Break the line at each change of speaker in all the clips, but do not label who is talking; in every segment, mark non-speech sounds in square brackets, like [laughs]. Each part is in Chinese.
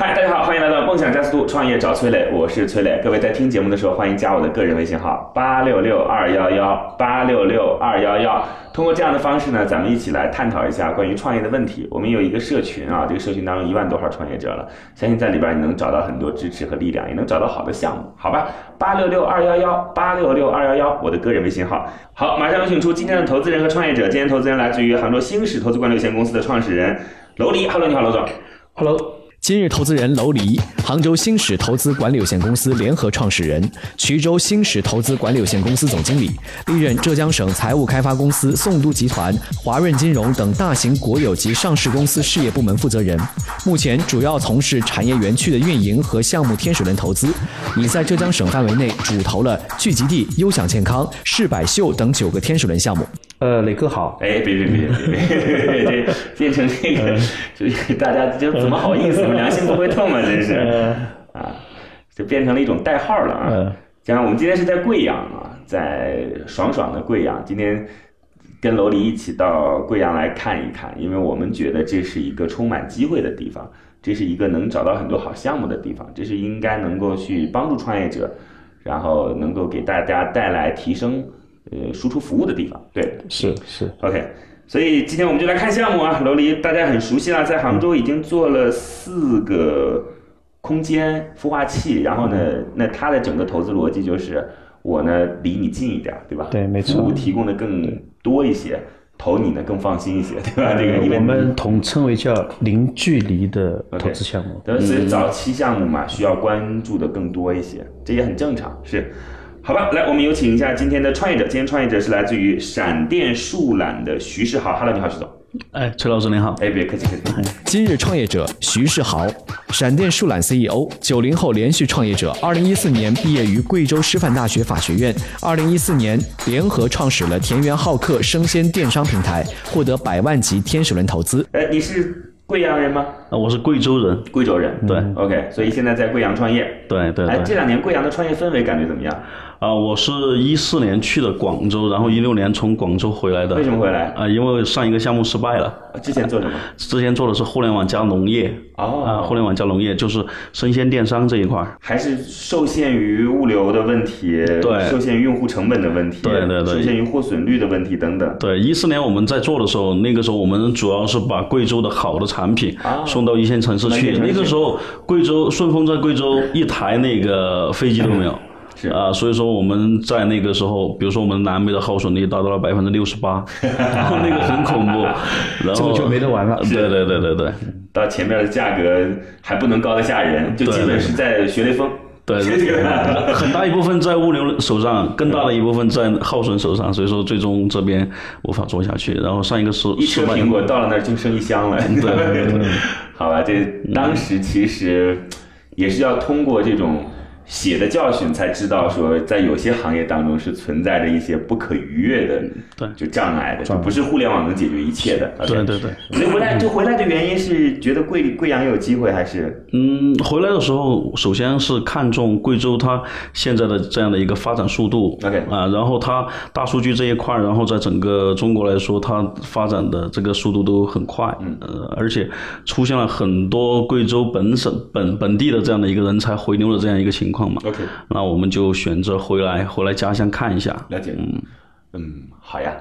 嗨，大家好，欢迎来到梦想加速度创业找崔磊，我是崔磊。各位在听节目的时候，欢迎加我的个人微信号八六六二幺幺八六六二幺幺。通过这样的方式呢，咱们一起来探讨一下关于创业的问题。我们有一个社群啊，这个社群当中一万多号创业者了，相信在里边你能找到很多支持和力量，也能找到好的项目，好吧？八六六二幺幺八六六二幺幺，我的个人微信号。好，马上有请出今天的投资人和创业者。今天投资人来自于杭州新世投资管理有限公司的创始人楼黎。Hello，你好，楼总。
Hello，今日投资人楼黎，杭州新史投资管理有限公司联合创始人，衢州新史投资管理有限公司总经理，历任浙江省财务开发公司、宋都集团、华润金融等大型国有及上市公司事业部门负责人。目前主要从事产业园区的运营和项目天使轮投资，已在浙江省范围内主投了聚集地、优享健康、世百秀等九个天使轮项目。
呃，磊哥好，
哎，别别别别别， [laughs] 这变成这个，
嗯
[laughs] 就是大家就怎么好意思？良心不会痛吗？真是
呃，
[laughs] 啊，就变成了一种代号了啊
嗯。
加上我们今天是在贵阳啊，在爽爽的贵阳，今天跟楼黎一起到贵阳来看一看，因为我们觉得这是一个充满机会的地方，这是一个能找到很多好项目的地方，这是应该能够去帮助创业者，然后能够给大家带来提升。呃，输出服务的地方，对，
是是，
OK，所以今天我们就来看项目啊，楼黎大家很熟悉了，在杭州已经做了四个空间孵化器，然后呢，那它的整个投资逻辑就是我呢离你近一点，对吧？
对没错
服务提供的更多一些，投你呢更放心一些， [laughs] 对吧？这个因为
我们统称为叫零距离的
OK
投资项目。
对，所以早期项目嘛，需要关注的更多一些，这也很正常，是。好吧，来，我们有请一下今天的创业者。今天创业者是来自于闪电树懒的徐世豪。Hello，你好，徐总。
哎，崔老师您好。
哎，别客气，客气。
今日创业者徐世豪，闪电树懒 CEO，九零后连续创业者。二零一四年毕业于贵州师范大学法学院，二零一四年联合创始了田园好客生鲜电商平台，获得百万级天使轮投资。
哎，你是贵阳人吗？
啊我是贵州人。
贵州人，
对
，OK，所以现在在贵阳创业。
对嗯对
哎，这
对。
两年贵阳的创业氛围感觉怎么样？
啊，我是一四年去的广州，然后一六年从广州回来的。
为什么回来？呃
啊，因为上一个项目失败了，
之前做什么？
之前做的是互联网加农业。啊，互
哦，
联网加农业就是生鲜电商这一块儿。
还是受限于物流的问题，
对
受限于用户成本的问题，
对对对
受限于获损率的问题等等。
对，一四年我们在做的时候，那个时候我们主要是把贵州的好的产品
啊
送到一线城市
送到一线
去。
城市
那个时候，贵州顺丰在贵州一台那个飞机都没有。
是
啊、所以说我们在那个时候，比如说我们南煤的耗损率达到了百分之六十八，然后那个很恐怖，然后
这个就没得玩了
对对对对对
到前面的价格还不能高的吓人，就
对
基本是在学雷锋。
对
这个
[laughs] 对，很大一部分在物流手上，更大的一部分在耗损手上，所以说最终这边无法做下去。然后上一个失
一
失
车
败
苹果到了那儿就剩一箱了。
嗯对对
[laughs]
对嗯
好吧，这当时其实也是要通过这种血的教训，才知道说，在有些行业当中是存在着一些不可逾越的
嗯对
就障碍的，就不是互联网能解决一切的。
对
OK
对对。
所以回来就回来的原因是觉得贵贵阳有机会，还是
嗯，回来的时候，首先是看重贵州它现在的这样的一个发展速度
OK
啊，然后它大数据这一块儿，然后在整个中国来说，它发展的这个速度都很快，
嗯
呃，而且出现了很多贵州本省本本地的这样的一个人才回流的这样一个情况嘛，
OK
那我们就选择回来回来家乡看一下，
了解？嗯嗯，好呀。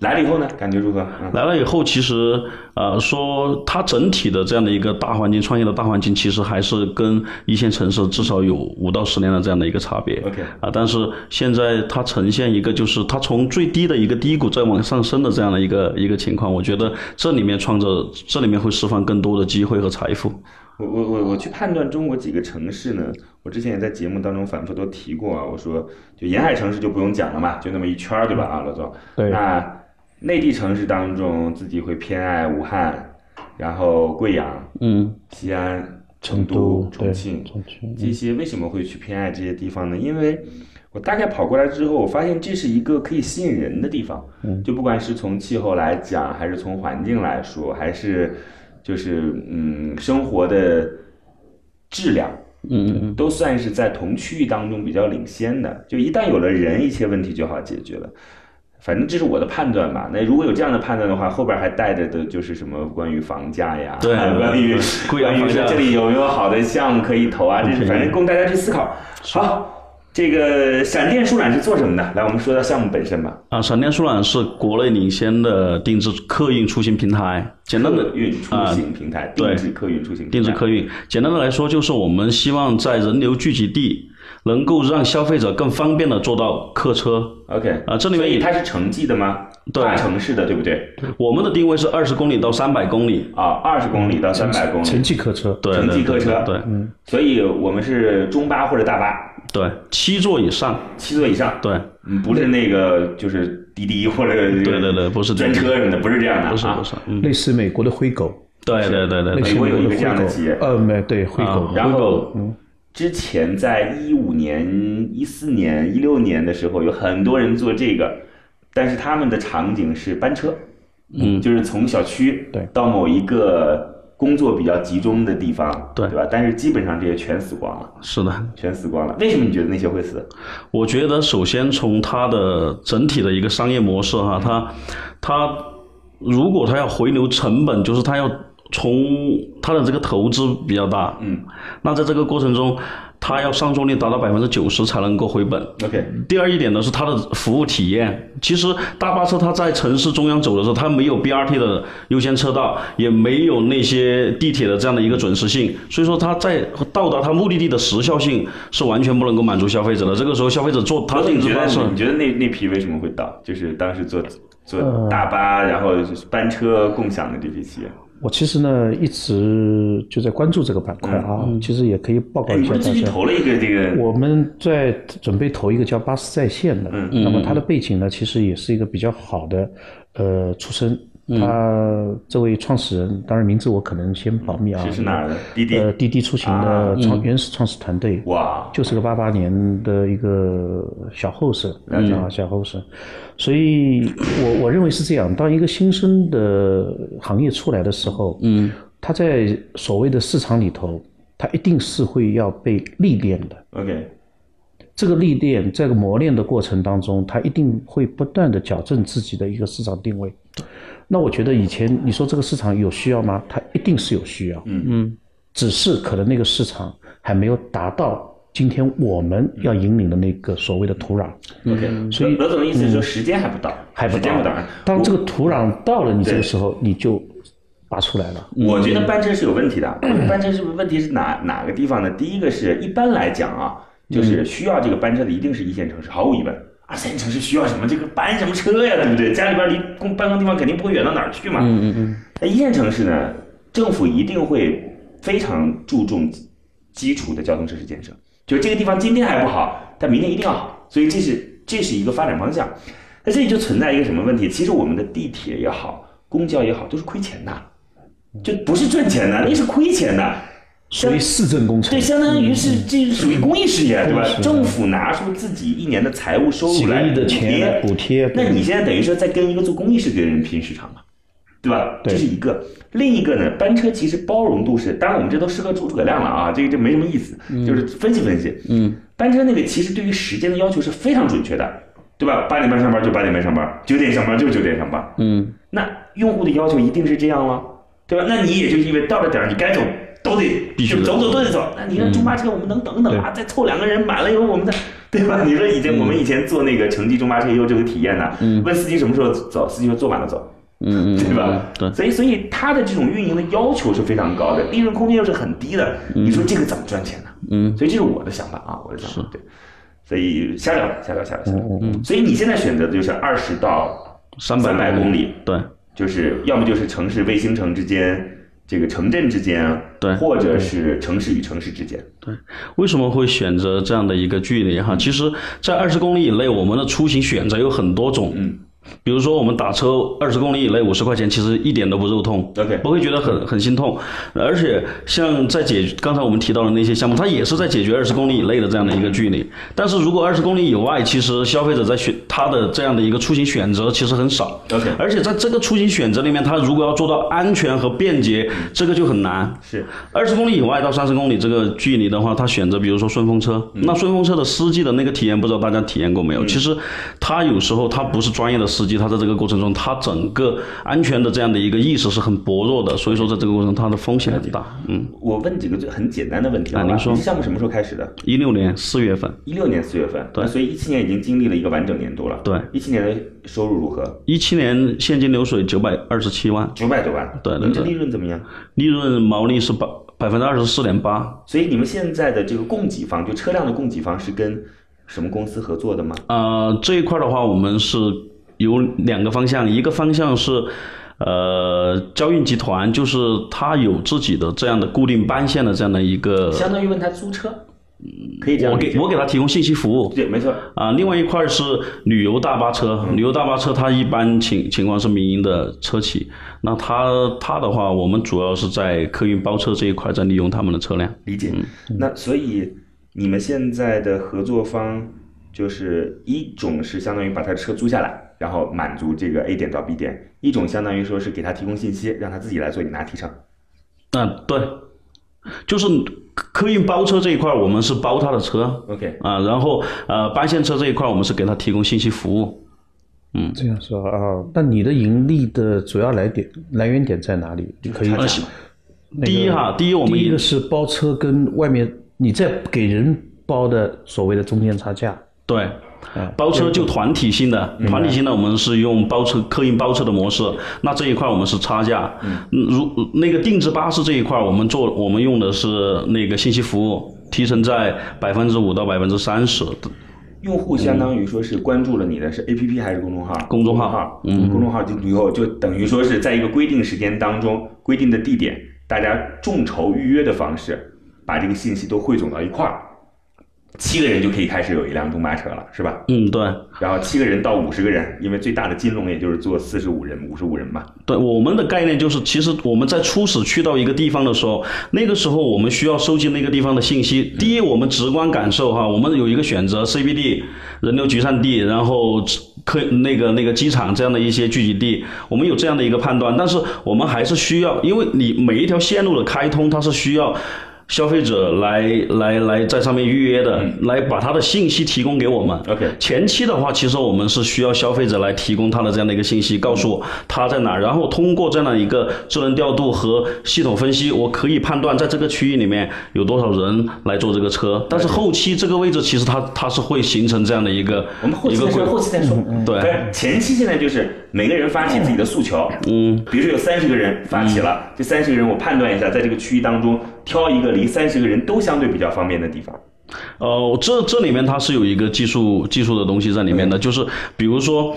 来了以后呢，感觉如何？嗯，
来了以后，其实呃，说它整体的这样的一个大环境，创业的大环境，其实还是跟一线城市至少有五到十年的这样的一个差别。
OK
啊，但是现在它呈现一个就是它从最低的一个低谷再往上升的这样的一个一个情况，我觉得这里面创造这里面会释放更多的机会和财富。
我我我我去判断中国几个城市呢，我之前也在节目当中反复都提过啊，我说就沿海城市就不用讲了嘛，就那么一圈儿，对吧？啊，老总，
对
那内地城市当中，自己会偏爱武汉，然后贵阳、
嗯，
西安、成
都
重
对
庆、
重庆
这些为什么会去偏爱这些地方呢？因为我大概跑过来之后，我发现这是一个可以吸引人的地方。嗯，就不管是从气候来讲，还是从环境来说，还是就是嗯生活的质量，
嗯嗯
都算是在同区域当中比较领先的。就一旦有了人，一切问题就好解决了。反正这是我的判断吧。那如果有这样的判断的话，后边还带着的就是什么关于房价呀，
对
还有 [laughs] 关于
贵阳
关于
房
说
价
这里有没有好的项目可以投啊，这是反正供大家去思考。好，这个闪电舒懒是做什么的？来，我们说到项目本身吧。
啊，闪电舒懒是国内领先的定制客运出行平台，简单的
客运出行平台，定
对
制客运出行平台，
定制客运，简单的来说，就是我们希望在人流聚集地，能够让消费者更方便的坐到客车。
OK
啊这里面
呃所以
也
它是城际的吗？
对
大城市的对不对？
我们的定位是二十公里到三百公里，
啊，二十公里到三百公里，
城际客车，嗯
对，
城际客
对
车
对
所以我们是中巴或者大巴，
对，七座以上，
七座以上，
对，
嗯，不是那个就是滴滴或者对
对对不是滴
专
滴
车什么的，不是这样的啊，
不是不是，嗯，
类似美国的灰狗，
对对对对
类
对
似
美国
美
有
国
一
的
个这样的企业
灰狗，呃，没对灰狗
啊，
然
灰
后
狗，
之前在一五年、一四年、一六年的时候，有很多人做这个，但是他们的场景是班车，
嗯
就是从小区
对
到某一个工作比较集中的地方，
对
对吧？但是基本上这些全死光了，
是的。
全死光了。为什么你觉得那些会死？
我觉得首先从它的整体的一个商业模式哈，它它如果它要回流成本，就是它要从它的这个投资比较大，
嗯，
那在这个过程中，它要上座率达到百分之九十才能够回本。
OK，
第二一点呢是它的服务体验。其实大巴车它在城市中央走的时候，它没有 BRT 的优先车道，也没有那些地铁的这样的一个准时性，所以说它在到达它目的地的时效性是完全不能够满足消费者的。这个时候消费者坐它
而且
定
你
制
觉得
巴士，
你觉得那那批为什么会倒？就是当时坐坐大巴，然后就是班车共享的这批企业。
我其实呢一直就在关注这个板块啊，
嗯
其实也可以报告
哎，
一
你
下
不
大
是最近
家。
投了一个这 [laughs] 个
我们在准备投一个叫巴士在线的，
嗯
那么它的背景呢，其实也是一个比较好的，呃，出身。
嗯
他这位创始人，当然名字我可能先保密啊。
是是嗯哪儿的？滴滴？
呃，滴滴出行
啊
的创原始创始团队，
哇，
就是个八八年的一个小后生，
嗯
啊，小后生，所以我我认为是这样：当一个新生的行业出来的时候，嗯，它在所谓的市场里头，它一定是会要被历练的。
OK，
这个历练，这个磨练的过程当中，他一定会不断的矫正自己的一个市场定位。那我觉得以前你说这个市场有需要吗？它一定是有需要，嗯嗯，只是可能那个市场还没有达到今天我们要引领的那个所谓的土壤。
OK，所以罗总的意思是说时间还不到，
嗯还不
嗯时间
到啊
不到。啊
当这个土壤到了，你这
对
个时候你就拔出来了。
我觉得班车是有问题的，
嗯
我觉得班车是不是问题是哪哪个地方呢？第一个是一般来讲啊，
嗯
就是需要这个班车的一定是一线城市，毫无疑问。二线城市需要什么？这个班什么车呀，对不对？家里边离公办公地方肯定不会远到哪儿去嘛。嗯嗯嗯。在一线城市呢，政府一定会非常注重基础的交通设施建设，就是这个地方今天还不好，但明天一定要好，所以这是这是一个发展方向。那这里就存在一个什么问题？其实我们的地铁也好，公交也好，都是亏钱的。就不是赚钱的，那是亏钱的。
所以市政工程嗯
对，相当于是这属于公益事业，对吧
公益事？业
政府拿出自己一年的财务收
几
入
个
来
亿的钱来补贴，
那你现在等于说在跟一个做公益事业的人拼市场嘛，对吧？
对
这是一个。另一个呢，班车其实包容度是，当然我们这都吃喝诸葛亮了啊，这个这没什么意思，就是分析分析。嗯，班车那个其实对于时间的要求是非常准确的，对吧？八点半上班就八点半上班，九点上班就九点上班。嗯，那用户的要求一定是这样了，对吧？那你也就是因为到了点儿，你该走。都得
必须
就
得嗯
走走都得走，那你让中巴车我们能等等啊，再凑两个人满了以后我们再对吧？
嗯
你说以前我们以前坐那个城际中巴车也有这个体验呢、问司机什么时候走，司机说坐满了走，
嗯嗯嗯，
对吧？
对
所以所以它的这种运营的要求是非常高的，利润空间又是很低的，
嗯
你说这个怎么赚钱呢？嗯，所以这是我的想法啊，我的想法对。所以瞎聊瞎聊瞎聊瞎聊，
嗯
所以你现在选择的就是二十到
三百
300公里，
对
就是要么就是城市卫星城之间。这个城镇之间，啊
对
或者是城市与城市之间，
为什么会选择这样的一个距离哈？其实，在二十公里以内，我们的出行选择有很多种。
嗯，
比如说我们打车二十公里以内五十块钱，其实一点都不肉痛
OK
不会觉得很很心痛。而且像在解刚才我们提到的那些项目，它也是在解决二十公里以内的这样的一个距离。但是如果二十公里以外，其实消费者在选他的这样的一个出行选择其实很少。
OK
而且在这个出行选择里面，他如果要做到安全和便捷，这个就很难。
是
二十公里以外到三十公里这个距离的话，他选择比如说顺风车，那顺风车的司机的那个体验，不知道大家体验过没有？其实他有时候他不是专业的司机，他在这个过程中，他整个安全的这样的一个意识是很薄弱的，所以说在这个过程中，他的风险很大。嗯，
我问几个最很简单的问题
啊
好吧
您说
这项目什么时候开始的？
一六年四月份，
一六年四月份，
对
那所以一七年已经经历了一个完整年度了。
对
一七年的收入如何？
一七年现金流水九百二十七万，
九百多万。
对对
你们这
对
利润怎么样？
利润毛利是百百分之二十四点八。
所以你们现在的这个供给方，就车辆的供给方是跟什么公司合作的吗？
呃，这一块的话，我们是有两个方向，一个方向是。呃，交运集团就是它有自己的这样的固定班线的这样的一个，
相当于问他租车，可以这样
我
理
给
解
我给它提供信息服务
对，没错，
啊、另外一块是旅游大巴车，旅游大巴车它一般情情况是民营的车企，那它它的话，我们主要是在客运包车这一块在利用他们的车辆。
理解。
嗯
那所以你们现在的合作方就是一种是相当于把他车租下来，然后满足这个 A 点到 B 点；一种相当于说是给他提供信息，让他自己来做，你拿提成。
那、对，就是客运包车这一块，我们是包他的车，
OK，
啊，然后呃，班线车这一块，我们是给他提供信息服务。
这样说啊，那你的盈利的主要来点来源点在哪里？你可以
差价
讲
嘛
那个
呃第一哈，第一我们
第一
也
个是包车跟外面你在给人包的所谓的中间差价，
对。包车就团体性的，团体性的我们是用包车客运包车的模式，那这一块我们是差价。嗯，如那个定制巴士这一块，我们做我们用的是那个信息服务，提成在百分之五到百分之三十。
用户相当于说是关注了你的是 A P P 还是公众号？
嗯公众号
嗯，公众号进去以后就等于说是在一个规定时间当中、规定的地点，大家众筹预约的方式，把这个信息都汇总到一块儿，七个人就可以开始有一辆中巴车了，是吧？
嗯，对。
然后七个人到五十个人，因为最大的金龙也就是做四十五人、五十五人吧。
对，我们的概念就是，其实我们在初始去到一个地方的时候，那个时候我们需要收集那个地方的信息。第一，我们直观感受哈，我们有一个选择 CBD 人流集散地，然后可那个那个机场这样的一些聚集地，我们有这样的一个判断。但是我们还是需要，因为你每一条线路的开通，它是需要。消费者来来来在上面预约的，来把他的信息提供给我们。
OK
前期的话，其实我们是需要消费者来提供他的这样的一个信息，告诉我他在哪，然后通过这样的一个智能调度和系统分析，我可以判断在这个区域里面有多少人来坐这个车。但是后期这个位置其实它它是会形成这样的一个
我们后
一
期
个
再
规
说，后期再说。
嗯对
但是前期现在就是每个人发起自己的诉求，嗯，比如说有三十个人发起
嗯
了，这三十个人我判断一下，在这个区域当中挑一个离三十个人都相对比较方便的地方。
呃，这这里面它是有一个技术技术的东西在里面的，就是比如说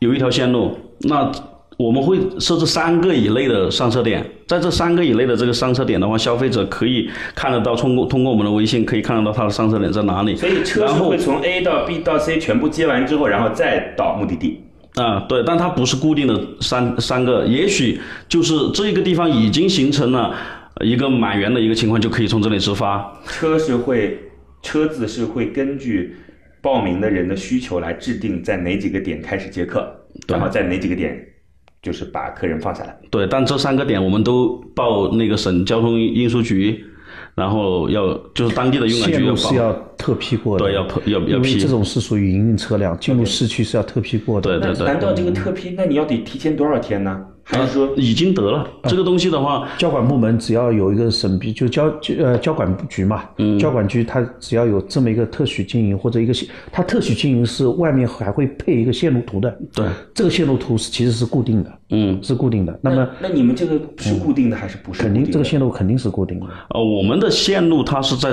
有一条线路，那我们会设置三个以内的上车点，在这三个以内的这个上车点的话，消费者可以看得到，通过通过我们的微信可以看得到它的上车点在哪里。
所以车
然
是
后
会从 A 到 B 到 C 全部接完之后，然后再到目的地。
啊，对，但它不是固定的三三个，也许就是这一个地方已经形成了一个满员的一个情况，就可以从这里出发。
车是会，车子是会根据报名的人的需求来制定在哪几个点开始接客，
对
然后在哪几个点就是把客人放下来。
对，但这三个点我们都报那个省交通运输局，然后要就是当地的运管
线
局
路
要
是
报。
要特批过的，
对要特要要批
因为这种是属于营运车辆，进入市区是要特批过的。
对对
难
对，
道这个特批，那你要得提前多少天呢？还是说
已经得了这个东西的话，
交管部门只要有一个审批，就交就呃交管局嘛，
嗯
交管局它只要有这么一个特许经营或者一个线，它特许经营是外面还会配一个线路图的，
对，
这个线路图是其实是固定的，
嗯，
是固定的。那么
那嗯你们这个是固定的还是不是固
肯
定
定
的？
这个线路肯定是固定的，
呃，我们的线路它是在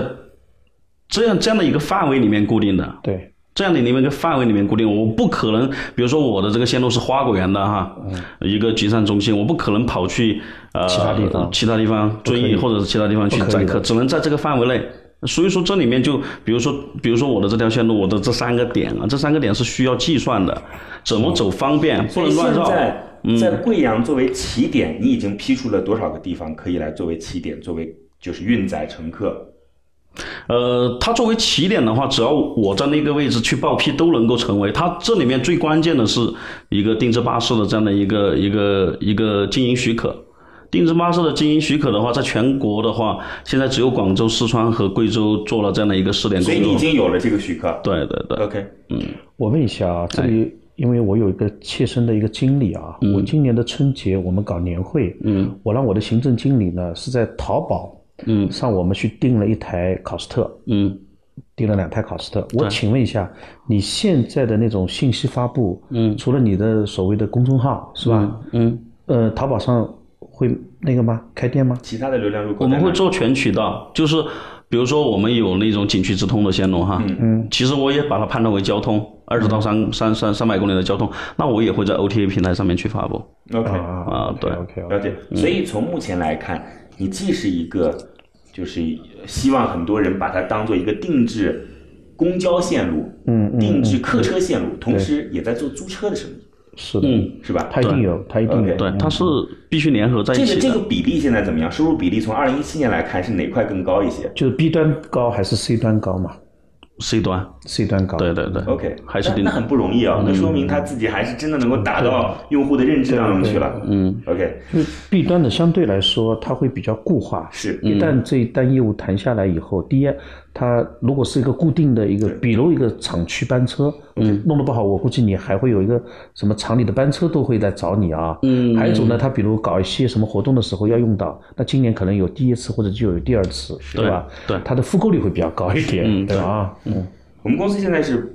这样这样的一个范围里面固定的，
对，
这样的你们一个范围里面固定，我不可能，比如说我的这个线路是花果园的哈，一个集散中心，我不可能跑去呃
嗯其他地方
其他地方遵义或者是其他地方去载客，只能在这个范围内。所以说这里面就，比如说，比如说我的这条线路，我的这三个点啊，这三个点是需要计算的，怎么走方便，不
所以
能乱
现
绕。
在在贵阳作为起点，你已经批出了多少个地方可以来作为起点，作为就是运载乘客？
呃，它作为起点的话，只要我在那个位置去报批，都能够成为。它这里面最关键的是一个定制巴士的这样的一个一个一个经营许可。定制巴士的经营许可的话，在全国的话，现在只有广州、四川和贵州做了这样的一个试点
所
工
以你已
作。
经呃有了这个许可。
对对对，
OK，
我问一下啊，这里因为我有一个切身的一个经历啊，我今年的春节我们搞年会，嗯，我让我的行政经理呢是在淘宝，嗯，上我们去订了一台考斯特，
嗯，
订了两台考斯特。我请问一下，你现在的那种信息发布，嗯，除了你的所谓的公众号是吧？嗯，呃，淘宝上会那个吗？开店吗？
其他的流量入口
我
在哪
们
里
会做全渠道，就是比如说我们有那种景区直通的线路哈，嗯，其实我也把它判断为交通，二十到三三三三百公里的交通，那我也会在 OTA 平台上面去发布
OK
啊，对，
，OK，
了解。所以从目前来看，你既是一个就是希望很多人把它当做一个定制公交线路，嗯，定制客车线路，同时也在做租车的生意，
是的，
是吧？
他一定有，嗯他一定有嗯
OK，。
对，它是必须联合在一
这个
起
这
的
个。比例现在怎么样？收入比例从二零一七年来看是哪块更高一些
就是 B 端高还是 C 端高嘛
C 端，
？C 端高，
对对对
？OK，
还是
那
定
那很不容易啊，那说明他自己还是真的能够打到用户的认知当中去了。嗯，OK，
就是 B 端的相对来说，它会比较固化。
是
一旦这一单业务谈下来以后，第一，它如果是一个固定的一个，比如一个厂区班车，嗯，弄得不好，我估计你还会有一个什么厂里的班车都会来找你啊。嗯，还有一种呢，它比如搞一些什么活动的时候要用到，那今年可能有第一次或者就有第二次，对吧？
对
它的复购率会比较高一点，对吧？啊，嗯，
我们公司现在是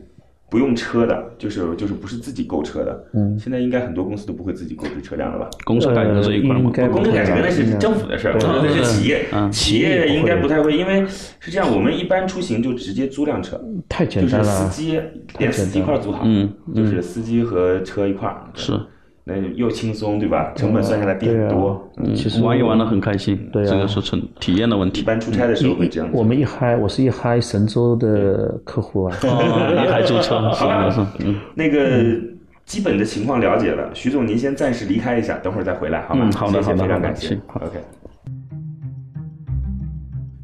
不用车的，就是就是不是自己购车的。嗯，现在应该很多公司都不会自己购置车辆了吧？
公司改革这一块嘛
应，该啊
公司改革那
嗯
是政府的事儿，我说的是企业，企业应该不太会，因为是这样，我们一般出行就直接租辆车，
太
就
简单
是司
了。
机连司机一块儿租好，就是司机和车一块儿，
是
那又轻松对吧？成本算下来低
对
很
啊
多。嗯，
其实
玩一玩的很开心，
对啊
这个是成体验的问
一
题。
般出差的时候会这样子
嗯我。们一嗨，我是一嗨神州的客户啊。
哦，你 [laughs] 还租车，是的是，嗯
那个基本的情况了解了，徐总您先暂时离开一下，等会儿再回来好吗？
嗯好的
谢谢
好
非
的
常
好的
感谢
行。好
OK。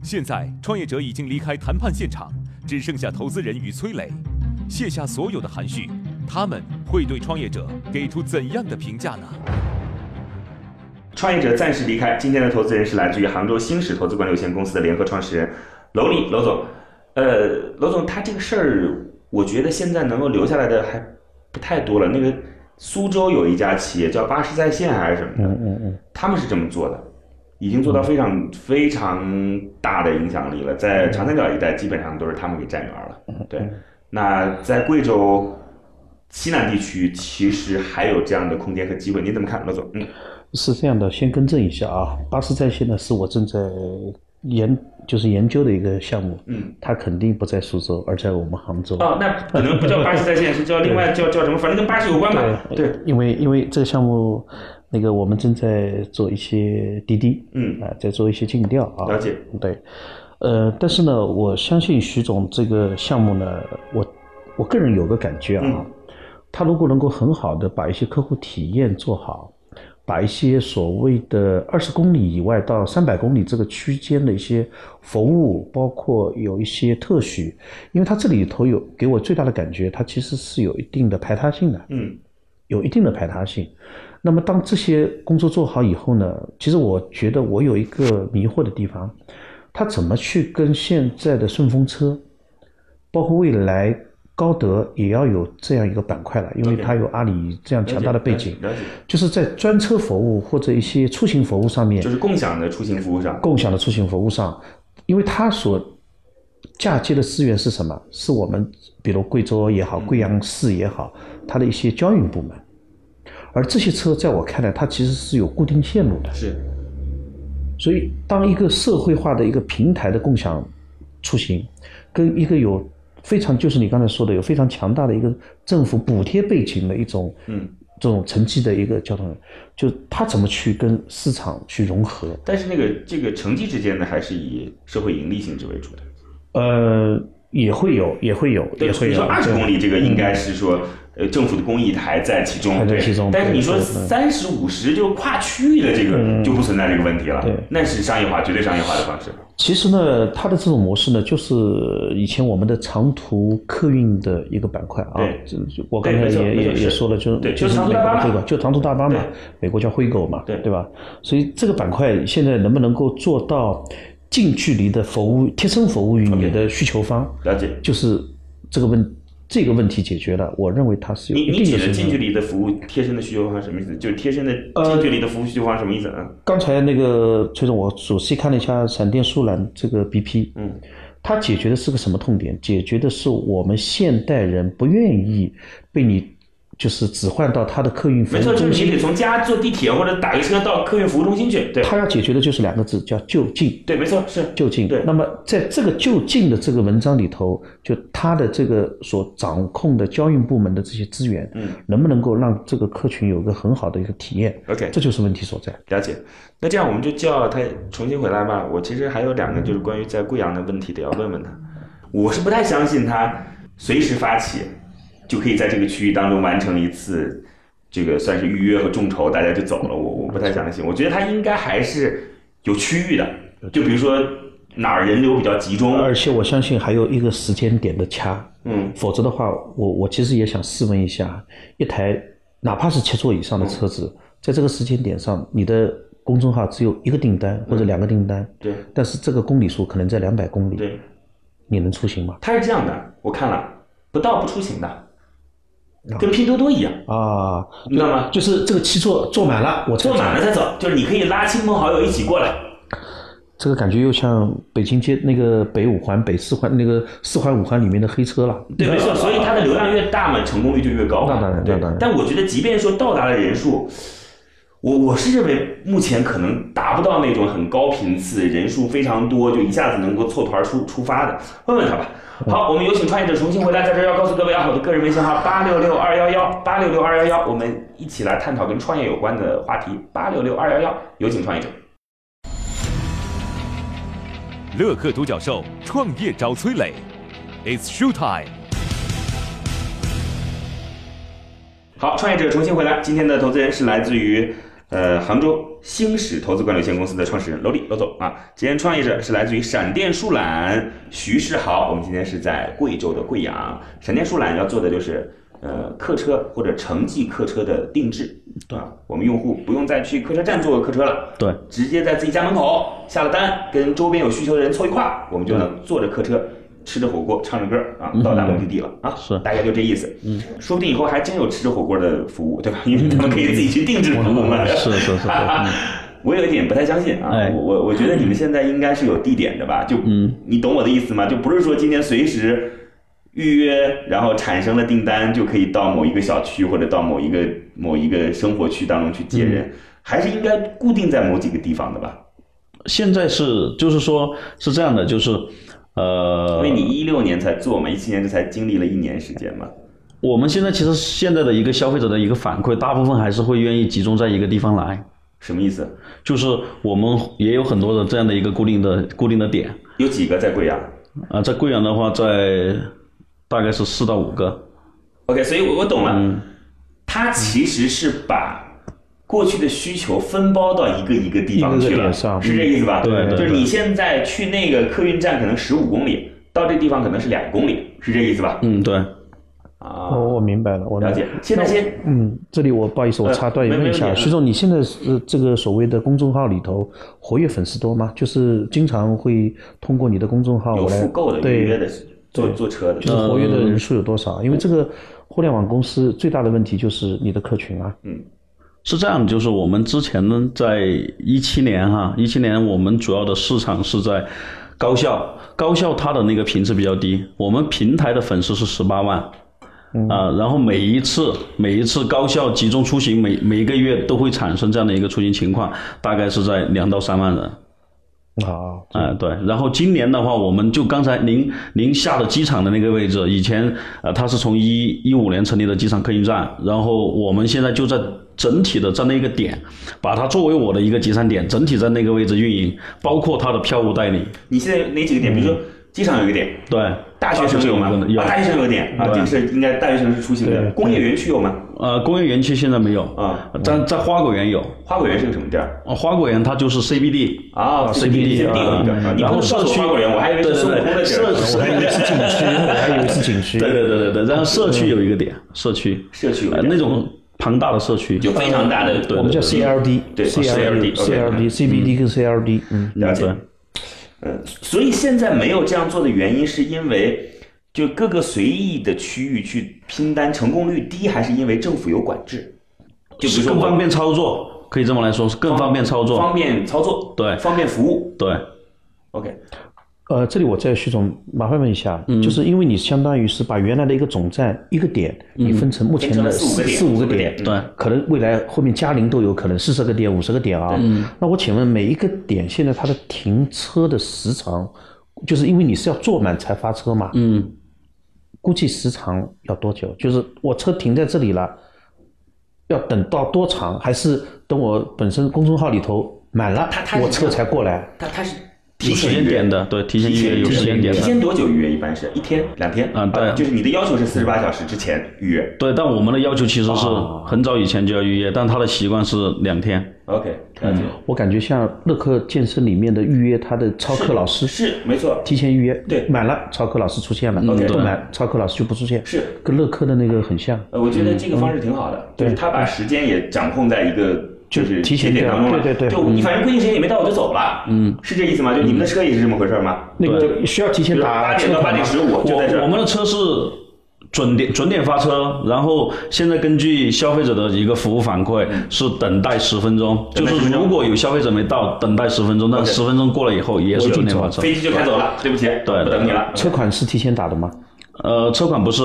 现在，创业者已经离开谈判现场，只剩下投资人与崔磊，卸下所有的含蓄，他们会对创业者给出怎样的评价呢？
创业者暂时离开。今天的投资人是来自于杭州新石投资管理有限公司的联合创始人楼丽楼总。呃，楼总，他这个事儿，我觉得现在能够留下来的还不太多了。那个苏州有一家企业叫巴士在线还是什么的，嗯嗯，他们是这么做的，已经做到非常非常大的影响力了，在长三角一带基本上都是他们给占圆了。对，那在贵州。西南地区其实还有这样的空间和机会，您怎么看，罗总？嗯，
是这样的，先更正一下啊，巴士在线呢是我正在研就是研究的一个项目，
嗯，
它肯定不在苏州，而在我们杭州。
哦，那可能不叫巴士在线，是叫另外叫叫什么，反正跟巴士有关吧。对，
呃因为因为这个项目，那个我们正在做一些滴滴，
嗯
啊，在做一些尽调啊，
了解，
对，呃，但是呢，我相信徐总这个项目呢，我我个人有个感觉啊，他如果能够很好的把一些客户体验做好，把一些所谓的二十公里以外到三百公里这个区间的一些服务，包括有一些特许，因为它这里头有给我最大的感觉，它其实是有一定的排他性的，
嗯，
有一定的排他性。那么当这些工作做好以后呢，其实我觉得我有一个迷惑的地方，它怎么去跟现在的顺风车，包括未来高德也要有这样一个板块了，因为
OK
它有阿里这样强大的背景，
了解，
就是在专车服务或者一些出行服务上面
就，是共享的出行服务上，
共享的出行服务上，因为它所嫁接的资源是什么？是我们比如贵州也好，贵阳市也好，它的一些交运部门。而这些车在我看来，它其实是有固定线路的。
是
所以，当一个社会化的一个平台的共享出行，跟一个有非常就是你刚才说的有非常强大的一个政府补贴背景的一种
嗯。
这种成绩的一个交通，就它怎么去跟市场去融合？
但是那个这个成绩之间呢，还是以社会盈利性质为主的。
呃，也会有，也会有，
对，
也会
你
有
说。二十
对嗯
公里这个应该是说，呃，政府的公益还在其中，
还在
对
其中
但是
对
你说
对对嗯
三十五十就跨区域的这个就不存在这个问题了
对，
那是商业化，绝对商业化的方式。
其实呢，它的这种模式呢，就是以前我们的长途客运的一个板块啊
对。
这这我刚才
没错
也
没错
也也
是
说了，就是
对
就是
就是
美
长途
国
大巴
的
嘛
这个，就长途大巴嘛
对，
美国叫灰狗嘛，
对
对吧？所以这个板块现在能不能够做到近距离的服务，贴身服务于你的需求方，
了解，
就是这个问这个问题解决了，我认为它是有
你
一
你
定
指
的
的
水
近距
平。
离的服务贴身的需求方是什么意思？就是贴身的
呃
近距离的服务需求方是什么意思啊？
刚才那个崔总，我仔细看了一下闪电速览这个 BP，
嗯，
它解决的是个什么痛点？解决的是我们现代人不愿意被你就是置换到他的客运服
没
务
错，就
中
是你得
心。
从家坐地铁或者打个车到客运服务中心去，对
他要解决的就是两个字，叫就近。
对，没错，是
就近。
对
那么在这个就近的这个文章里头，就他的这个所掌控的交运部门的这些资源，
嗯，
能不能够让这个客群有个很好的一个体验？
OK
这就是问题所在。
了解，那这样我们就叫他重新回来吧。我其实还有两个就是关于在贵阳的问题得要问问他。我是不太相信他随时发起就可以在这个区域当中完成一次这个算是预约和众筹，大家就走了。我我不太相信，我觉得他应该还是有区域的，就比如说哪儿人流比较集中，
而且我相信还有一个时间点的掐，
嗯，
否则的话，我我其实也想试问一下，一台哪怕是七座以上的车子，
嗯
在这个时间点上，你的公众号只有一个订单或者
嗯
两个订单，
对
但是这个公里数可能在两百公里，
对，
你能出行吗？
他是这样的，我看了不到不出行的，跟拼多多一样，
啊，
你知道吗？
就是这个七座坐满了，我才
坐满了再走，就是你可以拉亲朋好友一起过来。
这个感觉又像北京街那个北五环、北四环那个四环五环里面的黑车了。
对，没错，所以它的流量越大嘛，成功率就越高嘛。
那当然
对
那当然
但我觉得，即便说到达了人数，我我是认为目前可能达不到那种很高频次、人数非常多，就一下子能够凑团出出发的。问问他吧。
嗯
好，我们有请创业者重新回来，在这儿要告诉各位啊，我的个人微信号八六六二幺幺八六六二幺幺，我们一起来探讨跟创业有关的话题。八六六二幺幺，有请创业者。
乐客独角兽创业找崔磊，It's show time。
好，创业者重新回来，今天的投资人是来自于呃杭州星矢投资管理有限公司的创始人娄丽娄总啊。今天创业者是来自于闪电树懒徐世豪，我们今天是在贵州的贵阳。闪电树懒要做的就是呃客车或者城际客车的定制，啊，我们用户不用再去客车站坐客车了，
对，
直接在自己家门口下了单，跟周边有需求的人凑一块儿，我们就能坐着客车。吃着火锅，唱着歌啊，到达目的地了啊！
嗯是
大概就这意思。嗯，说不定以后还真有吃着火锅的服务，对吧？因为他们可以自己去定制服务了。
是是
[laughs]
是，嗯
我有一点不太相信啊，
哎嗯
我我我觉得你们现在应该是有地点的吧？就、你懂我的意思吗？就不是说今天随时预约，然后产生了订单就可以到某一个小区或者到某一个某一个生活区当中去接人，还是应该固定在某几个地方的吧？
现在是就是说是这样的，就是
因
呃
为，你一六年才做嘛，一七年这才经历了一年时间嘛。
我们现在其实现在的一个消费者的一个反馈，大部分还是会愿意集中在一个地方来，
什么意思？
就是我们也有很多的这样的一个固定的固定的点
有几个在贵阳
啊、在贵阳的话，在大概是四到五个，嗯
？OK，所以我我懂了，他其实是把。过去的需求分包到一个一个地方
一个一
去
个
了，
点上
是这意思吧？
对对
就是
对
你现在去那个客运站可能十五公里，到这地方可能是两公里，是这意思吧？
嗯，对，
啊，
哦，我明白了，我
了解。现在先
嗯，这里我不好意思，我插断
呃没
问一
没问
下，
题嗯
徐总，你现在是这个所谓的公众号里头活跃粉丝多吗？就是经常会通过你的公众号
哦
有
我来
复购的、预约
对，
的、嗯坐坐车的，
就是活跃的人数有多少？因为这个互联网公司最大的问题就是你的客群啊，
是这样，就是我们之前呢，在一七年哈，一七年我们主要的市场是在高校，高校它的那个频次比较低，我们平台的粉丝是十八万。啊，然后每一次每一次高校集中出行，每每一个月都会产生这样的一个出行情况，大概是在两到三万人。
啊，
啊、对。然后今年的话，我们就刚才您您下的机场的那个位置，以前呃，它是从一一五年成立的机场客运站，然后我们现在就在整体的在那个点，把它作为我的一个集散点，整体在那个位置运营，包括它的票务代理。嗯
你现在有哪几个点？比如说，机场有一个点，
对，
大学生有吗？
有
啊，大学生有个点啊，
对
这个是应该大学生是出行的。
对
工业园区有吗？
呃，工业园区现在没有，呃
啊，
在在花果园有，
花果园是个什么地儿？
呃花果园它就是 CBD。
啊
，CBD
定有一个
啊
啊，你
然
不
后
能
社
告诉
区
我花果园，我还以为
对
是
对
孙悟空
对，
的地儿。
社
啊
区
景区，我还以为是景
[laughs]
区。
对对对对对，然后社区有一个点，社区
社区有
呃
一个
那种庞大的社区，
就非常大的，
对
我们叫 CLD，
对哦
CLD，
CLD，OK，
CLD、CBD 跟 CLD，嗯，
了解
对。
嗯，所以现在没有这样做的原因，是因为就各个随意的区域去拼单成功率低，还是因为政府有管制？就比如
是
说
更
我
方便操作，可以这么来说，是更方便操作
方。便操作，
对
方便服务。
对，
OK，
呃，这里我再徐总麻烦问一下，
嗯
就是因为你相当于是把原来的一个总站一个点，你分成目前
分成了
的
四五个
四
点
四五个
四五个
点，
点嗯
对，
可能未来后面嘉陵都有可能四十个点、五十个点啊。
嗯
那我请问每一个点现在它的停车的时长，就是因为你是要坐满才发车嘛？
嗯，
估计时长要多久？就是我车停在这里了，要等到多长？还是等我本身公众号里头满了
它它，是
我车才过来？
它它是
有
提
时
前预
间
约
点的，对，提前预约有时间点
一
的。
天多久预约？一般是一天、两天啊
嗯对
就是你的要求是四十八小时之前预约。
对，但我们的要求其实是
啊
很早以前就要预约，但他的习惯是两天。
OK，了
嗯
解。
我感觉像乐客健身里面的预约，他的超课老师
是没错，
提前预约，
对
满了超课老师出现了，
OK
不满超课老师就不出现，
是
跟乐客的那个很像。
呃，我觉得这个方式挺好的，就是他把时间也掌控在一个就是
提前
节点
这样
当中了，
对对对
就你反正规定时间也没到，我就走了，嗯，是这意思吗？就你们的车也是这么回事吗？
那个需要提前打
八点到八点十
五。
五就在这
我
儿
我们的车是准点准点发车，然后现在根据消费者的一个服务反馈是等待十分钟，
嗯等
就
待10
是
分钟
如果有消费者没到，等待十分钟，但
OK
十分钟过了以后也是准点发车。
飞机就开走了，对不起，
对
不等你了。
车款是提前打的吗？
呃，车款不是，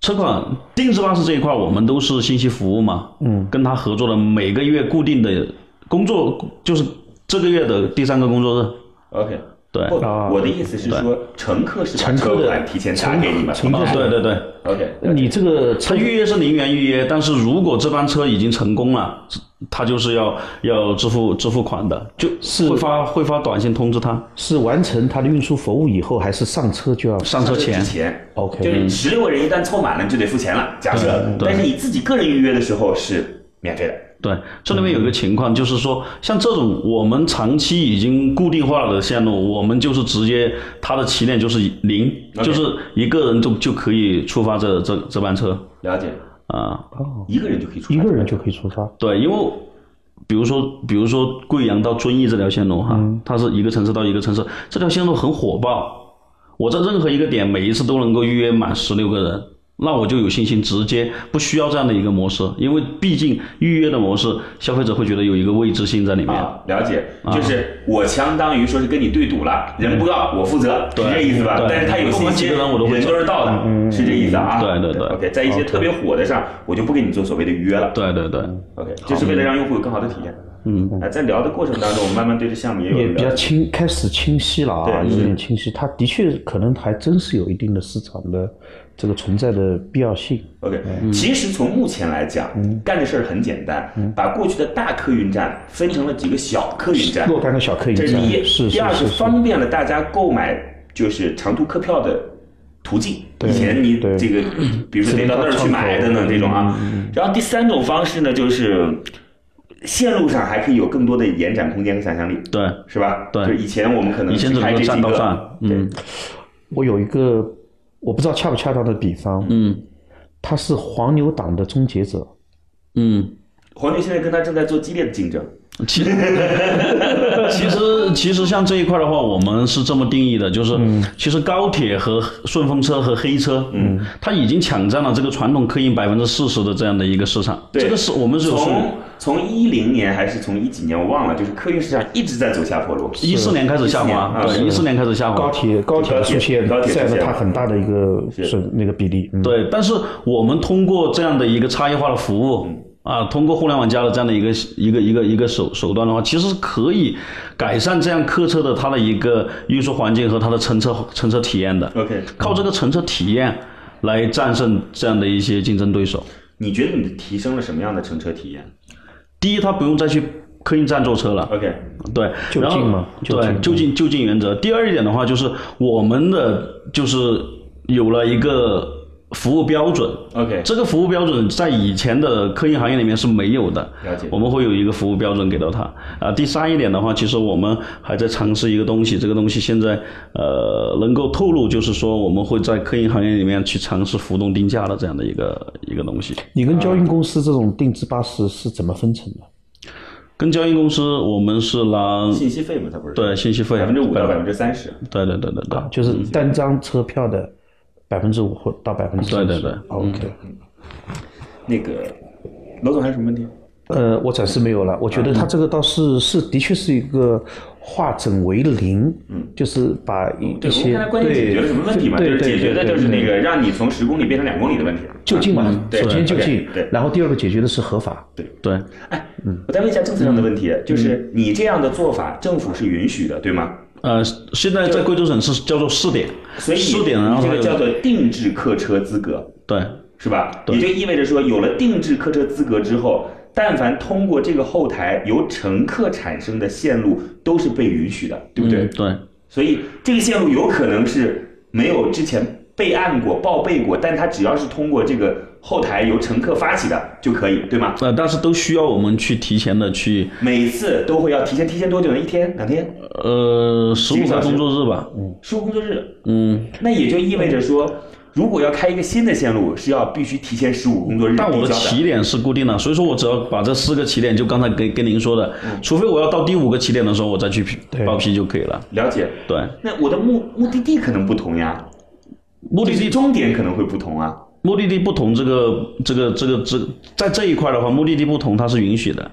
车款定制巴士这一块，我们都是信息服务嘛，嗯，跟他合作的每个月固定的工作，就是这个月的第三个工作日，
OK，
对，
不
哦，
啊，
我的意思是说，乘客是把
乘客
车
的
款提前打给你们
乘客
对对对，
，OK，
你这个
他
车
预约是零元预约，但是如果这班车已经成功了，他就是要要支付支付款的，就是会发会发短信通知他
是完成他的运输服务以后，还是上车就要？
上车前嗯
之。前
OK
就是十六个人一旦凑满了，你就得付钱了。假设，
对对
但是你自己个人预约的时候是免费的。
对，这里面
嗯
有一个情况，就是说，像这种我们长期已经固定化了的线路，我们就是直接它的起点就是零
OK
就是一个人就就可以出发这这这班车
了解，
啊、
一个人就可以出发，
一个人就可以出发。
对，因为比如说比如说贵阳到遵义这条线路哈，它是一个城市到一个城市，这条线路很火爆。我在任何一个点，每一次都能够预约满十六个人，那我就有信心直接不需要这样的一个模式，因为毕竟预约的模式，消费者会觉得有一个未知性在里面。
啊，了解，就是我相当于说是跟你对赌了，人不要我负责，是这意思吧？
嗯对
但是他有
不
信
管
心，
几个人我都会嗯
是到的，是这意思啊？
对对对
OK，在一些特别火的上，我就不给你做所谓的约了。
对对对，
OK，就是为了让用户有更好的体验。嗯，哎，在聊的过程当中，我们慢慢对这项目也有
也
了
比
解
较清，开始清晰了啊，
对嗯
有点清晰。它的确可能还真是有一定的市场的这个存在的必要性。
OK，、其实从目前来讲，干的事儿很简单，把过去的大客运站分成了几个小客运站，
若干个小客运
这
站
是第一。
是是
第二
是
是
是
方便了大家购买就是长途客票的途径。以前你
对
这个，比如说得到那儿去买等等这种啊。然后第三种方式呢，就是嗯线路上还可以有更多的延展空间和想象力，
对，
是吧？
对
就是以前我们可能
以前
只
只
开这
能够
几
站到
个，
站，嗯
我有一个我不知道恰不恰当的比方，
嗯
它是黄牛党的终结者。
嗯。
黄牛现在跟他正在做激烈的竞争。
其其实 [laughs] 其实像这一块的话，我们是这么定义的，就是、其实高铁和顺风车和黑车，嗯，它已经抢占了这个传统客运百分之四十的这样的一个市场，
对
这个是我们是有数据
从从一零年还是从一几年我忘了，就是客运市场一直在走下坡路。
一四年开始下
14
滑，
年啊
对，一四年开始下滑，
高铁高铁的出现
高铁出现
占了它很大的一个
是
损那个比例。嗯，
对，但是我们通过这样的一个差异化的服务。啊，通过互联网加的这样的一个一个一个一个手手段的话，其实是可以改善这样客车的它的一个运输环境和它的乘车乘车体验的。
OK，
靠这个乘车体验来战胜这样的一些竞争对手。
你觉得你提升了什么样的乘车体验？
第一，它不用再去客运站坐车了。
OK，
对，
就
然后
近嘛就
对，
近嗯
就近就近原则。第二一点的话，就是我们的就是有了一个服务标准。
OK，
这个服务标准在以前的客运行业里面是没有的，
了解
我们会有一个服务标准给到他。啊，第三一点的话，其实我们还在尝试一个东西，这个东西现在呃能够透露，就是说我们会在客运行业里面去尝试浮动定价的这样的一个一个东西。
你跟交运公司这种定制巴士是怎么分成的？
嗯
跟交运公司，我们是拿
信息费嘛，它不是
对信息费
百分之五到百分之三十。
对对对对对，
就是单张车票的百分之五或到百分之哦
对对对
嗯
，OK。
那个罗总还有什么问题？
呃，我暂时没有了。我觉得他这个倒是是的确是一个化整为零，嗯，就是把一一
对，我们
些
看它关键解决了什么问题嘛？就
对
是解决的
对对
就是那个让你从十公里变成两公里的问题。啊
就近
嗯
嘛，
对
首先就近
对对，哎
然后第二个解决的是合法，
对，嗯
我再问一下政策上的问题，就是你这样的做法，政府是允许的，对吗？
呃，现在在贵州省是叫做试点，
所以
试点，然
你
后
这个
还有
叫做定制客车资格，
对
是吧？也就意味着说，有了定制客车资格之后，但凡通过这个后台由乘客产生的线路都是被允许的，对不对？
嗯对
所以这个线路有可能是没有之前备案过、报备过，但它只要是通过这个后台由乘客发起的就可以，对吗？
呃，但是都需要我们去提前的去，
每次都会要提前，提前多久呢？一天、两天？
呃，十
几个
五
小
个
时
工作日吧，
十五工作日，
嗯，
那也就意味着说，如果要开一个新的线路，是要必须提前十五工作日递
但我
交
的起
的。
点是固定的，所以说我只要把这四个起点，就刚才跟跟您说的，
嗯
除非我要到第五个起点的时候，我再去批
对
报批就可以了。
了解。
对，
那我的目目的地可能不同呀，
目的
就是
地
终点可能会不同啊。
目的地不同，这个这个这个这个在这一块的话，目的地不同它是允许的，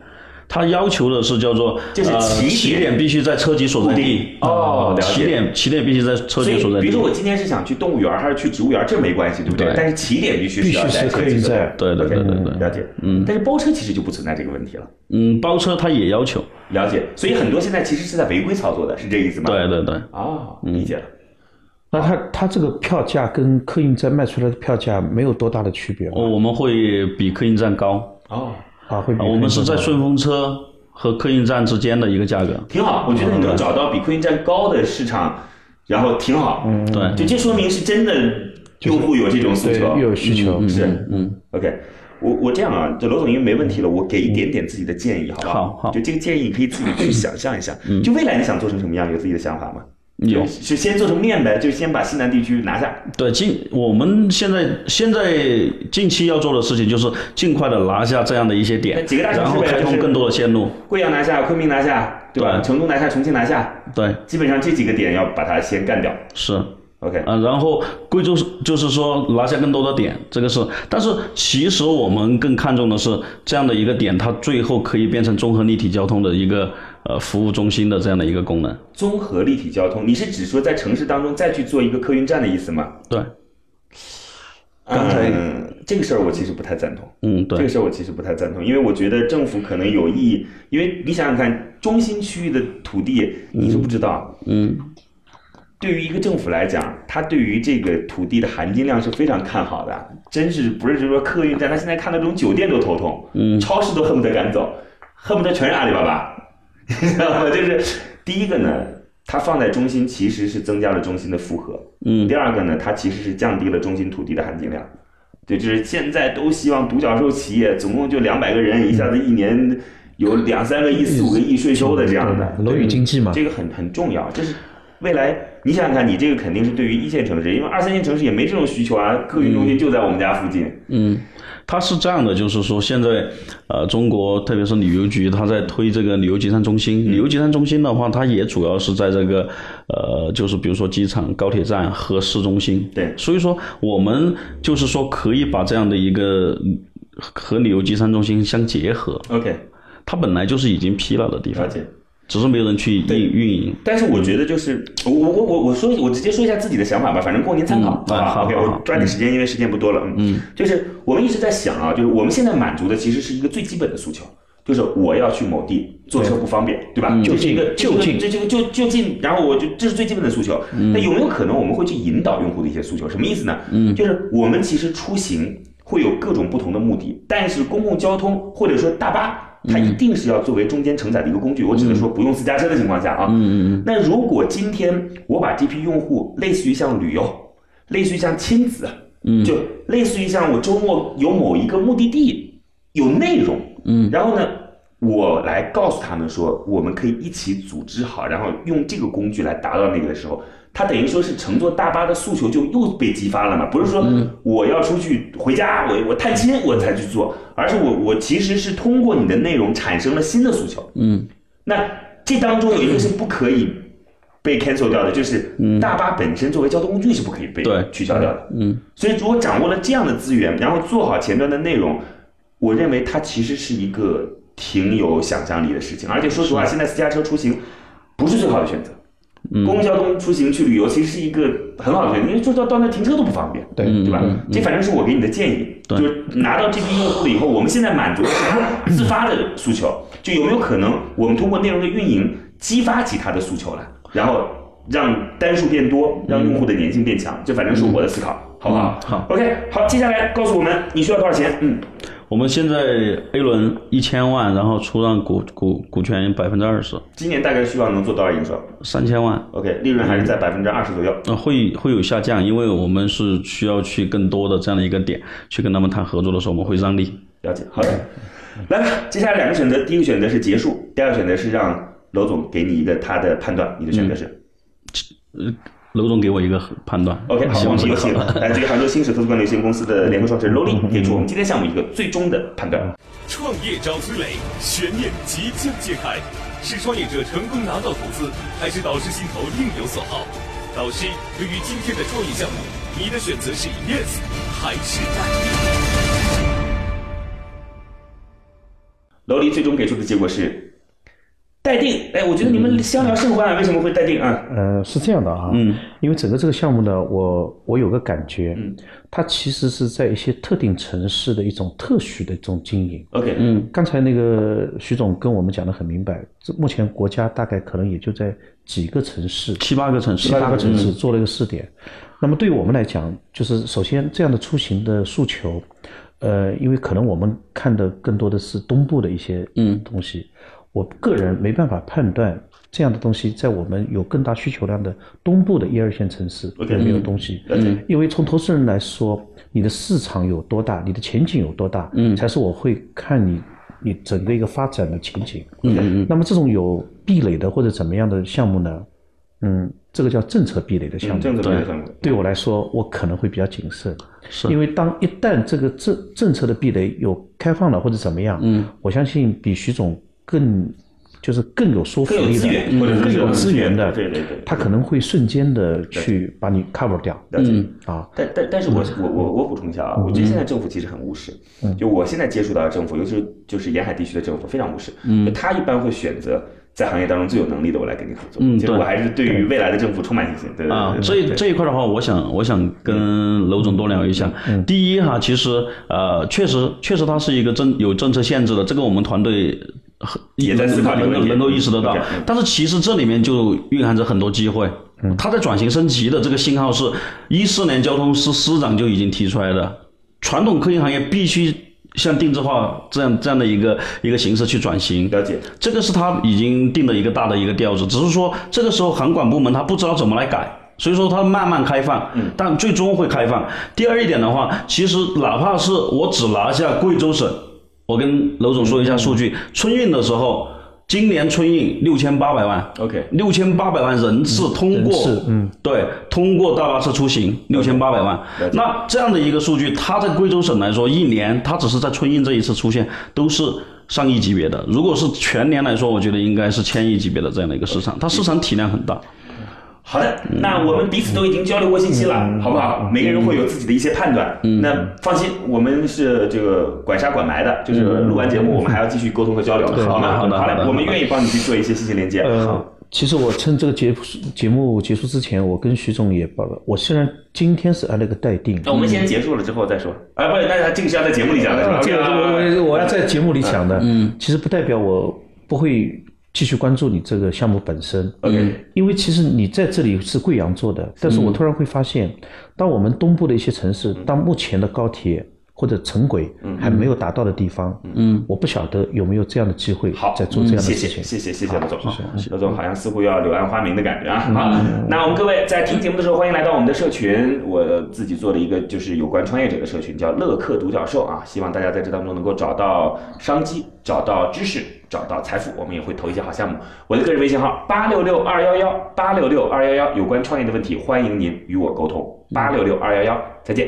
它要求的是叫做
就是
呃
起点
起点必须在车籍所在
目
地
的哦了解
起点起点必须在车
所
籍
以
所在，
比
地
如。说我今天是想去动物园儿还是去植物园儿，这没关系，对不对？
对
但是起点必须
必
是要
须是
在
可
这
以
几个
在。
对对对对对，
了解，嗯，但是包车其实就不存在这个问题了，
嗯，包车它也要求，
了解，所以很多现在其实是在违规操作的，是这个意思吗？
对，对对，
哦，理解了，
那他他这个票价跟客运站卖出来的票价没有多大的区别吗？
哦我们会比客运站高，
哦，
啊，会比
啊我们是在
客运站
顺风车和客运站之间的一个价格，
挺好，
嗯
我觉得你能找到比客运站高的市场，然后挺好，嗯，
对，
就这说明是真的用户有这种诉
对
求
又，有需求，
是，嗯，OK。我我这样啊，这罗总因为没问题了，我给一点点自己的建议，好不
好好
就这个建议，你可以自己去想象一下。就未来你想做成什么样，有自己的想法吗？
有
就，是先做成面呗，就先把西南地区拿下。
对，近我们现在现在近期要做的事情就是尽快的拿下这样的一些
那
点，
几个大城市
然后
呗
开
就
通
是
更多的线路，
贵阳拿下，昆明拿下，对吧？
对
成都拿下，重庆拿下，
对，
基本上这几个点要把它先干掉。
是。
OK，
啊，然后贵州是就是说拿下更多的点，这个是，但是其实我们更看重的是这样的一个点，它最后可以变成综合立体交通的一个呃服务中心的这样的一个功能。
综合立体交通，你是指说在城市当中再去做一个客运站的意思吗？
对，
刚才、这个事儿我其实不太赞同。
嗯，
这个
对，
事儿我其实不太赞同，因为我觉得政府可能有意，因为你想想看，中心区域的土地你都不知道，
嗯，
对于一个政府来讲，它对于这个土地的含金量是非常看好的，真是不是说客运站，他现在看到这种酒店都头痛，嗯，超市都恨不得赶走，恨不得全是阿里巴巴，你知道吗？就是第一个呢，它放在中心其实是增加了中心的负荷，
嗯
第二个呢，它其实是降低了中心土地的含金量。对，就是现在都希望独角兽企业总共就两百个人，一下
嗯
子一年有两三个亿、四五个亿税收的这样的
对楼宇经济嘛
这个很很重要。这是未来，你想想看，你这个肯定是对于一线城市，因为二三线城市也没这种需求啊，客
嗯
运中心就在我们家附近。
嗯，它是这样的，就是说现在呃，中国特别是旅游局，它在推这个旅游集散中心。旅游集散中心的话，它也主要是在这个呃，就是比如说机场、高铁站和市中心。
对
所以说我们就是说可以把这样的一个嗯和旅游集散中心相结合，
OK，
它本来就是已经批了的地
了
方，
解。
只是没有人去运运营。
但是我觉得就是我我我我我说我直接说一下自己的想法吧，反正供您参考，
嗯
吧
啊好
o k
好
我
好
抓紧时间，因为时间不多了。嗯，就是我们一直在想啊，就是我们现在满足的其实是一个最基本的诉求，就是我要去某地坐车不方便，对吧？就这个
就近
这这个就就近，嗯然后我就这是最基本的诉求。那有没有可能我们会去引导用户的一些诉求？什么意思呢？嗯，就是我们其实出行会有各种不同的目的，但是公共交通或者说大巴。它一定是要作为中间承载的一个工具。我只能说不用私家车的情况下啊。嗯嗯。那如果今天我把这批用户类似于像旅游，类似于像亲子，嗯，就类似于像我周末有某一个目的地有内容，嗯，然后呢，我来告诉他们说，我们可以一起组织好，然后用这个工具来达到那个的时候，他等于说是乘坐大巴的诉求就又被激发了嘛？不是说我要出去回家，我我探亲我才去做，而是我我其实是通过你的内容产生了新的诉求，嗯，那这当中有一个是不可以被 cancel 掉的，就是大巴本身作为交通工具是不可以被
对
取消掉的。嗯，所以如果掌握了这样的资源，然后做好前端的内容，我认为它其实是一个挺有想象力的事情。而且说实话，现在私家车出行不是最好的选择，公共交通出行去旅游其实是一个很好的选择，因为坐到到那停车都不方便，对对吧？这反正是我给你的建议，就是拿到这批用户了以后，我们现在满足的是他自发的诉求，就有没有可能我们通过内容的运营激发起他的诉求来，然后让单数变多，让用户的粘性变强，这反正是我的思考，好不好？
嗯好
OK，好，接下来告诉我们你需要多少钱？嗯，
我们现在 A 轮一千万，然后出让股股股权百分之二十，
今年大概需要能做多少营收
三千万。
？OK，利润还是在百分之二十左右。
那呃会会有下降，因为我们是需要去更多的这样的一个点去跟他们谈合作的时候，我们会让利。
了解，好的。来吧，接下来两个选择，第一个选择是结束，第二个选择是让娄总给你一个他的判断，你的选择是、
娄总给我一个判断
OK，好，
希
我
望
们
这
有
个
请 [laughs] 来自于杭州新石投资管理有限公司的联合创始人娄 [laughs] 丽给出我们今天项目一个最终的判断。
创业找崔磊，悬念即将揭开，是创业者成功拿到投资，还是导师心头另有所好？导师，对于今天的创业项目，你的选择是 yes 还是 no？
娄丽最终给出的结果是待定。哎，我觉得你们相聊甚欢啊，为什么会待定啊？
呃，是这样的啊，嗯，因为整个这个项目呢，我我有个感觉，嗯，它其实是在一些特定城市的一种特许的一种经营。
OK，嗯，
刚才那个徐总跟我们讲的很明白，这目前国家大概可能也就在几个城市，
七八个城市，嗯
七八个城市做了一个试点。那么对于我们来讲，就是首先这样的出行的诉求，呃，因为可能我们看的更多的是东部的一些嗯东西，我个人没办法判断这样的东西在我们有更大需求量的东部的一二线城市有没有东西。嗯，因为从投资人来说，你的市场有多大，你的前景有多大，嗯，才是我会看你你整个一个发展的前景。嗯嗯。那么这种有壁垒的或者怎么样的项目呢？嗯，这个叫嗯政策壁垒的项目。
这样子没有项目。
对我来说，我可能会比较谨慎，是因为当一旦这个政政策的壁垒有开放了或者怎么样，嗯，我相信比徐总更就是更有说服
更有
力
资
的，嗯
源，或者
更
是
有资源的，
对对对，
他可能会瞬间的去把你 cover 掉，
了解。
啊，
但但但是
嗯
我我我我补充一下啊，我觉得现在政府其实很务实，就我现在接触到的政府，尤其是就是沿海地区的政府非常务实，
嗯
就他一般会选择在行业当中最有能力的我来跟你合作，
嗯
其实
对
我还是对于未来的政府充满信心，对对
啊，
对
这
对嗯
这一块的话，我想我想跟娄总多聊一下。第一哈，其实呃，确实确实它是一个政有政策限制的，这个我们团队很
也在思考这个
能
问题
能能够意识得到
OK，嗯。
但是其实这里面就蕴含着很多机会。它在转型升级的这个信号是，一四年交通司司长就已经提出来的，传统科技行业必须向定制化这样这样的一个一个形式去转型。
了解，
这个是他已经定的一个大的一个调子，只是说这个时候航管部门他不知道怎么来改，所以说他慢慢开放，但最终会开放。第二一点的话，其实哪怕是我只拿下贵州省，我跟娄总说一下数据，春运的时候，今年春运六千八百万。
OK
六千八百万人次通过，嗯，对，通过大巴车出行六千八百万
了解。
那这样的一个数据，它在贵州省来说，一年它只是在春运这一次出现，都是上亿级别的。如果是全年来说，我觉得应该是千亿级别的这样的一个市场，它市场体量很大。
好的，
嗯
那我们彼此都已经交流过信息了，好不好？每个人会有自己的一些判断。
嗯
那放心，我们是这个管杀管埋的，就是
嗯
录完节目我们还要继续沟通和交流，好吗？
好的
好
好
嘞，
的嗯
我们愿意帮你去做一些信息连接。
呃，其实我趁这个节节目结束之前，我跟徐总也报了，我虽然今天是按了个待定
那，我们先结束了之后再说。哎，不是，那这个是要在节目里讲的，是吧？
哦这个
OK，
我我嗯啊我要在节目里讲的，嗯，其实不代表我不会继续关注你这个项目本身，
OK 嗯
因为其实你在这里是贵阳做的，但是我突然会发现，当我们东部的一些城市，当目前的高铁或者城轨
嗯
还没有达到的地方，嗯，我不晓得有没有这样的机会
好，嗯
在做这样的
谢
事
谢
情。
谢谢谢谢罗总，罗总好像似乎要柳暗花明的感觉啊。
嗯
好，那我们各位在听节目的时候，欢迎来到我们的社群，我自己做了一个就是有关创业者的社群，叫乐客独角兽啊，希望大家在这当中能够找到商机，找到知识。找到财富，我们也会投一些好项目。我的个人微信号八六六二幺幺八六六二幺幺，有关创业的问题，欢迎您与我沟通。八六六二幺幺，再见。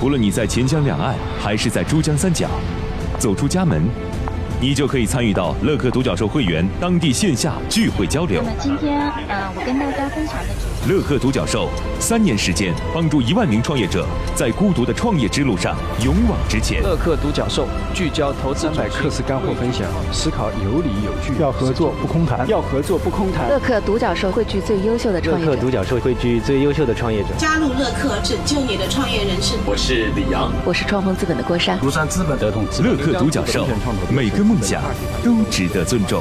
无论你在钱江两岸还是在珠江三角，走出家门，你就可以参与到乐客独角兽会员当地线下聚会交流
那。么今天，呃，我跟大家分享的主题
乐客独角兽三年时间，帮助一万名创业者在孤独的创业之路上勇往直前。
乐客独角兽聚焦投资百课时干货分享，思考有理有据，要合作不空谈，要合作不空谈。
乐客独角兽汇聚最优秀的创业者。
独角兽汇聚最优秀的创业者。
加入乐客，拯救你的创业人生。
我是李阳。
我是创丰资本的郭珊。
乐客独角兽，每个梦想都值得尊重。